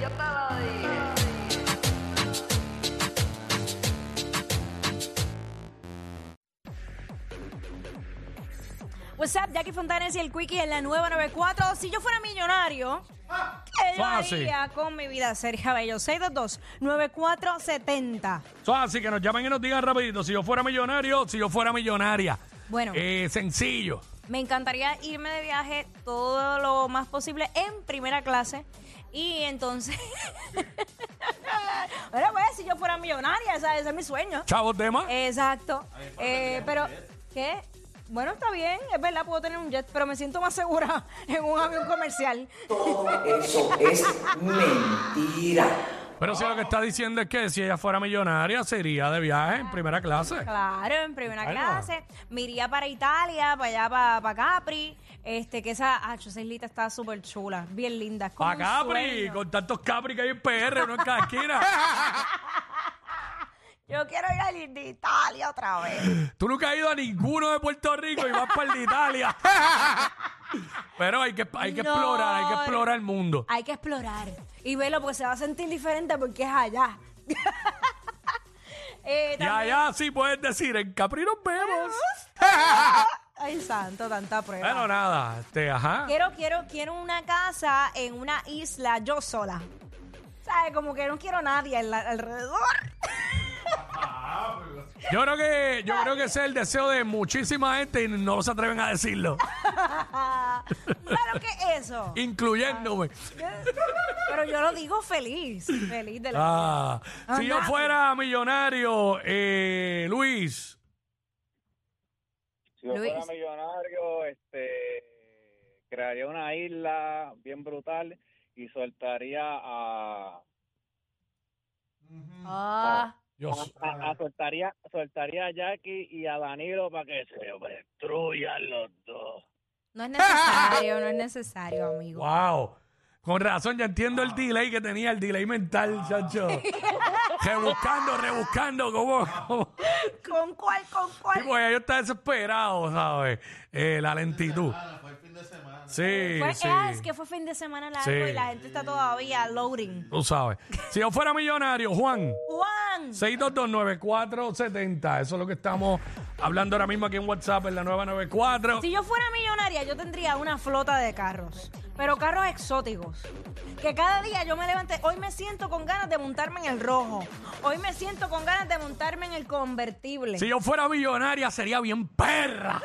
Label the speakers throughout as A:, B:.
A: Yo te lo dije.
B: What's up, Jackie Fontanes y el Quickie en la nueva 94. Si yo fuera millonario, ¿qué yo
C: Fácil.
B: haría con mi vida? Sergio Bello, 622-9470.
C: Eso es así, que nos llamen y nos digan rapidito, si yo fuera millonario, si yo fuera millonaria.
B: Bueno.
C: Eh, sencillo.
B: Me encantaría irme de viaje todo lo más posible en primera clase. Y entonces... Bueno, pues, si yo fuera millonaria, esa- ese es mi sueño.
C: Chavos, tema.
B: Exacto. Eh, pero, ¿qué? Bueno, está bien, es verdad, puedo tener un jet, pero me siento más segura en un avión comercial.
D: Eso es mentira.
C: Pero si lo que está diciendo es que si ella fuera millonaria, sería de viaje en primera clase.
B: Claro, en primera
C: Claro.
B: clase. Me iría para Italia, para allá, para, Capri. Este, que esa ah, Joselita está súper chula, bien linda. es como
C: Pa'
B: un
C: Capri,
B: sueño.
C: con tantos Capri que hay en PR, uno en cada esquina.
B: Yo quiero ir a de Italia otra vez.
C: Tú nunca has ido a ninguno de Puerto Rico y vas para el de Italia. Pero hay que, hay que
B: No.
C: explorar, hay que explorar el mundo.
B: Hay que explorar y verlo porque se va a sentir diferente porque es allá. Eh,
C: Y
B: también-
C: allá sí puedes decir, en Capri nos vemos.
B: Ay, santo, tanta prueba.
C: Pero nada, este, ajá.
B: Quiero, quiero, quiero una casa en una isla yo sola. ¿Sabes? Como que no quiero nadie al- alrededor.
C: Yo creo que, yo creo que ese es el deseo de muchísima gente y no se atreven a decirlo,
B: Ah, Claro que eso.
C: incluyéndome.
B: Pero yo lo digo feliz, feliz de la
C: Ah, si yo
B: Ajá.
C: fuera millonario, eh, Luis,
E: Si yo
B: Luis.
E: fuera millonario, este, crearía una isla bien brutal y soltaría a,
B: Ah,
C: yo,
E: a- a- soltaría, soltaría a Jackie y a Danilo para que se destruyan los dos.
B: no es necesario, no es necesario, amigo.
C: wow. Con razón, ya entiendo el delay que tenía, el delay mental, chacho. rebuscando, rebuscando, como, como-
B: ¿Con cuál, con cuál?
C: tipo, pues, ya yo está desesperado, ¿sabes? Eh, la lentitud. Sí,
B: Fue-
C: sí.
B: ah, es que fue fin de semana largo
C: Sí.
B: y la gente está todavía loading.
C: Tú sabes. Si yo fuera millonario, Juan.
B: Juan,
C: 6229470. Eso es lo que estamos hablando ahora mismo aquí en WhatsApp en la nueva 94.
B: si yo fuera millonaria, yo tendría una flota de carros, pero carros exóticos. Que cada día yo me levante, hoy me siento con ganas de montarme en el rojo, hoy me siento con ganas de montarme en el convertible.
C: Si yo fuera millonaria sería bien perra.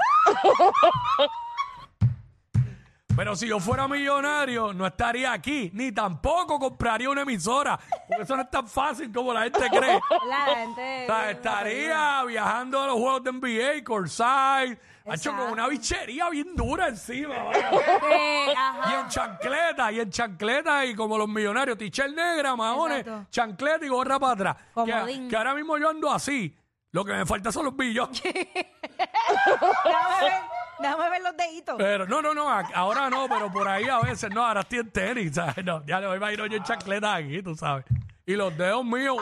C: Pero si yo fuera millonario no estaría aquí, ni tampoco compraría una emisora. Porque eso no es tan fácil como la gente cree.
B: La gente...
C: O sea, estaría viajando a los juegos de NBA, Corsair, ha hecho con
B: Exacto.
C: una bichería bien dura encima. vaya.
B: Sí,
C: Y
B: ajá.
C: en chancleta, y en chancleta, y como los millonarios, tichel negra, maones,
B: Exacto.
C: chancleta y gorra para atrás.
B: Comodín.
C: Que, que ahora mismo yo ando así. Lo que me falta son los billones.
B: Déjame ver, déjame ver los deditos.
C: Pero no, no, no, a- ahora no, pero por ahí a veces no, ahora estoy en tenis, ¿sabes? No, ya lo imagino yo en chancleta aquí, tú sabes. Y los dedos míos,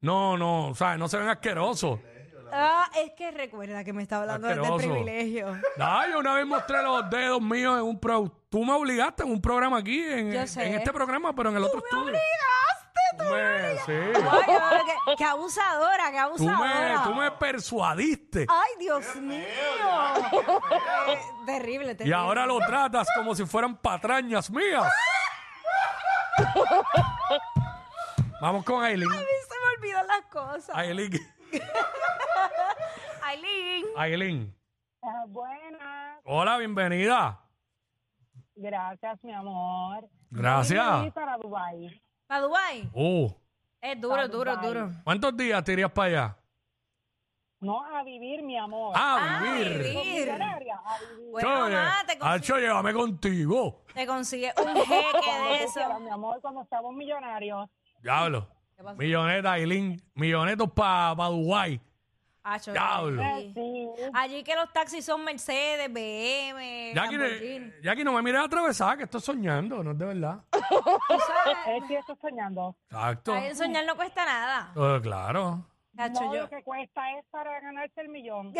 C: no, no, ¿sabes? No se ven asquerosos.
B: Ah, es que recuerda que me está hablando desde el
C: Asqueroso.
B: privilegio.
C: Ay, yo una vez mostré los dedos míos en un pro. Tú me obligaste en un programa aquí, en,
B: Yo sé.
C: en este programa, pero en el otro estudio.
B: ¡Obligaste!
C: Tú me- sí.
B: Ay, ay, qué, qué abusadora, qué
C: Tú me,
B: abusadora.
C: tú me persuadiste.
B: Ay, Dios mío. Eh, terrible,
C: Y
B: terrible.
C: ahora lo tratas como si fueran patrañas mías. Vamos con Aileen.
B: Ay, se me olvidan las cosas.
C: Aileen.
B: Aileen.
C: Aileen.
F: Ah, Buenas,
C: Hola, bienvenida.
F: gracias mi amor.
C: Gracias.
F: para Dubái.
B: ¿Para Dubái?
C: Uh,
B: Es duro, es duro, es duro.
C: ¿Cuántos días te irías para allá?
F: No a vivir, mi amor.
C: A
B: Ah,
C: vivir.
B: vivir.
F: Canarias, a vivir.
B: Bueno, ma, te, consi-
C: Hacho, llévame contigo.
B: te consigue un
F: Cuando
B: jeque de
F: tú quieras,
B: eso.
F: mi amor, cuando estamos millonarios.
C: Diablo. Milloneta, Aileen. Millonetos para Dubái.
B: Hacho,
C: Diablo.
F: Eh,
B: allí.
F: sí.
B: Allí que los taxis son Mercedes, BM,
C: Jackie,
B: Lamborghini.
C: ne- Jackie, no me mires atravesada, que estoy soñando, no es de verdad.
B: Tú sabes,
F: Es que Eh, estoy soñando.
C: Exacto.
B: ahí el soñar no cuesta nada.
C: Eh, claro.
B: Hacho,
F: No,
B: yo,
F: lo que cuesta es para ganarse el millón.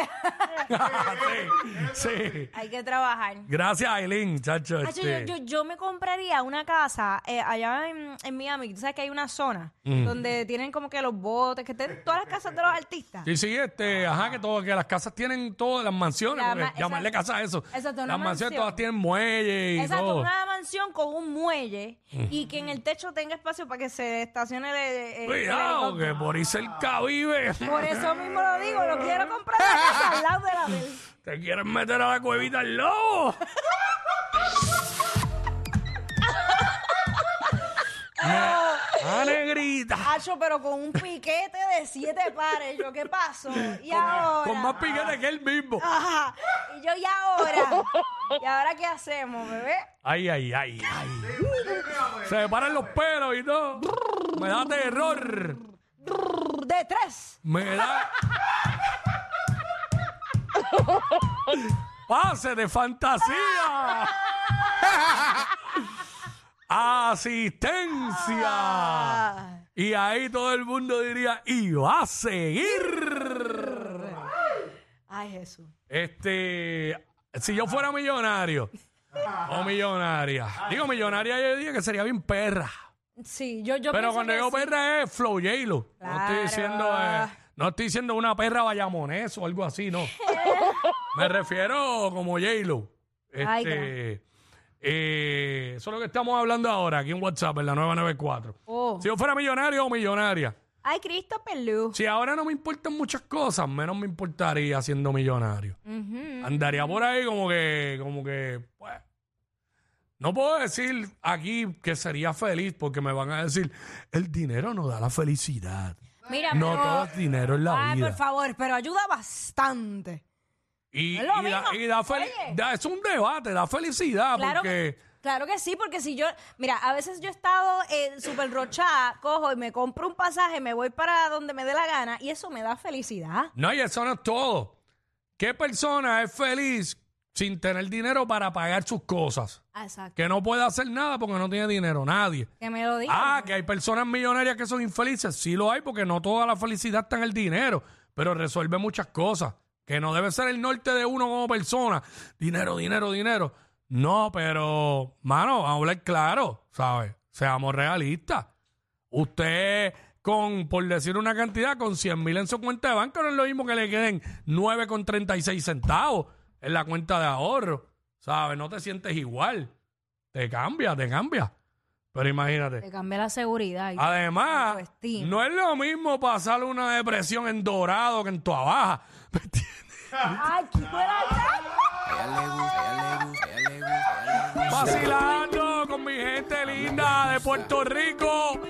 C: sí, sí.
B: hay que trabajar.
C: Gracias, Aileen, chacho.
B: Hacho, Ah, yo,
C: este.
B: yo- yo me compraría una casa eh, allá en, en Miami. Tú sabes que hay una zona
C: Mm.
B: donde tienen como que los botes, que tienen todas las casas de los artistas.
C: Sí, sí, este, ajá, que todo, que las casas tienen todas las mansiones,
B: La
C: porque
B: ma-
C: llamarle
B: exacto.
C: casa a eso.
B: Exacto, una
C: las mansiones
B: mansión.
C: todas tienen muelles y
B: Exacto,
C: todo.
B: una mansión con un muelle
C: Mm.
B: y que en el techo tenga espacio para que se estacione el, el- el
C: Cuidado,
B: helicóptero.
C: que por ahí cerca vive.
B: Por eso mismo lo digo, lo quiero comprar la casa al lado de la del.
C: Te quieren meter a la cuevita al lobo. Me- ah, negrita.
B: Hacho, pero con un piquete de siete pares. Yo, ¿qué pasó? Y ahora.
C: Con más piquete que él mismo.
B: Ajá. Y yo, ¿y ahora? ¿Y ahora qué hacemos, bebé?
C: Ay, ay, ay, ay. Se me paran los pelos y todo. Me da terror.
B: De tres.
C: Me da. Pase de fantasía. Asistencia.
B: Ah.
C: Y ahí todo el mundo diría, y va a seguir.
B: Ay, Jesús.
C: Este, si yo fuera millonario o millonaria, digo millonaria yo diría que sería bien perra.
B: Sí, yo, yo
C: Pero
B: pienso
C: cuando pues,
B: que
C: digo
B: sí.
C: perra es Flow j No estoy
B: Claro.
C: diciendo, eh, no estoy diciendo una perra vallamonés o algo así, no. Me refiero como j
B: Ay,
C: Este, eh, eso es lo que estamos hablando ahora aquí en WhatsApp, en la 994.
B: Oh.
C: Si yo fuera millonario o millonaria.
B: Ay, Cristo Pelú.
C: Si ahora no me importan muchas cosas, menos me importaría siendo millonario. Andaría por ahí como que, como que, pues. No puedo decir aquí que sería feliz porque me van a decir, el dinero no da la felicidad.
B: Mira,
C: No
B: pero- Ah, pues,
C: todo es dinero en la
B: Ay, por
C: vida.
B: favor, pero ayuda bastante.
C: Y,
B: es lo
C: y da,
B: mismo.
C: y da fel-
B: Oye.
C: da- es un debate, da felicidad
B: Claro
C: porque...
B: que, claro que sí, porque si yo, mira, a veces yo he estado eh, súper rochada, cojo y me compro un pasaje, me voy para donde me dé la gana y eso me da felicidad.
C: No, y eso no es todo. ¿Qué persona es feliz sin tener dinero para pagar sus cosas?
B: Ah, Exacto.
C: Que no puede hacer nada porque no tiene dinero, nadie.
B: Que me lo digan.
C: Ah, que hay personas millonarias que son infelices. Sí lo hay, porque no toda la felicidad está en el dinero, pero resuelve muchas cosas. Que no debe ser el norte de uno como persona. Dinero, dinero, dinero. No, pero, mano, vamos a hablar claro, ¿sabes? Seamos realistas. Usted, con, por decir una cantidad, con 100 mil en su cuenta de banco, no es lo mismo que le queden 9,36 centavos en la cuenta de ahorro, ¿sabes? No te sientes igual. Te cambia, te cambia. Pero imagínate.
B: Te cambia la seguridad.
C: Ah.
B: y-
C: Además,
B: autoestima.
C: no es lo mismo pasar una depresión en Dorado que en tu Baja. ¿Me entiendes?
B: Ay, qué fuera
C: Vacilando con mi gente linda de Puerto Rico.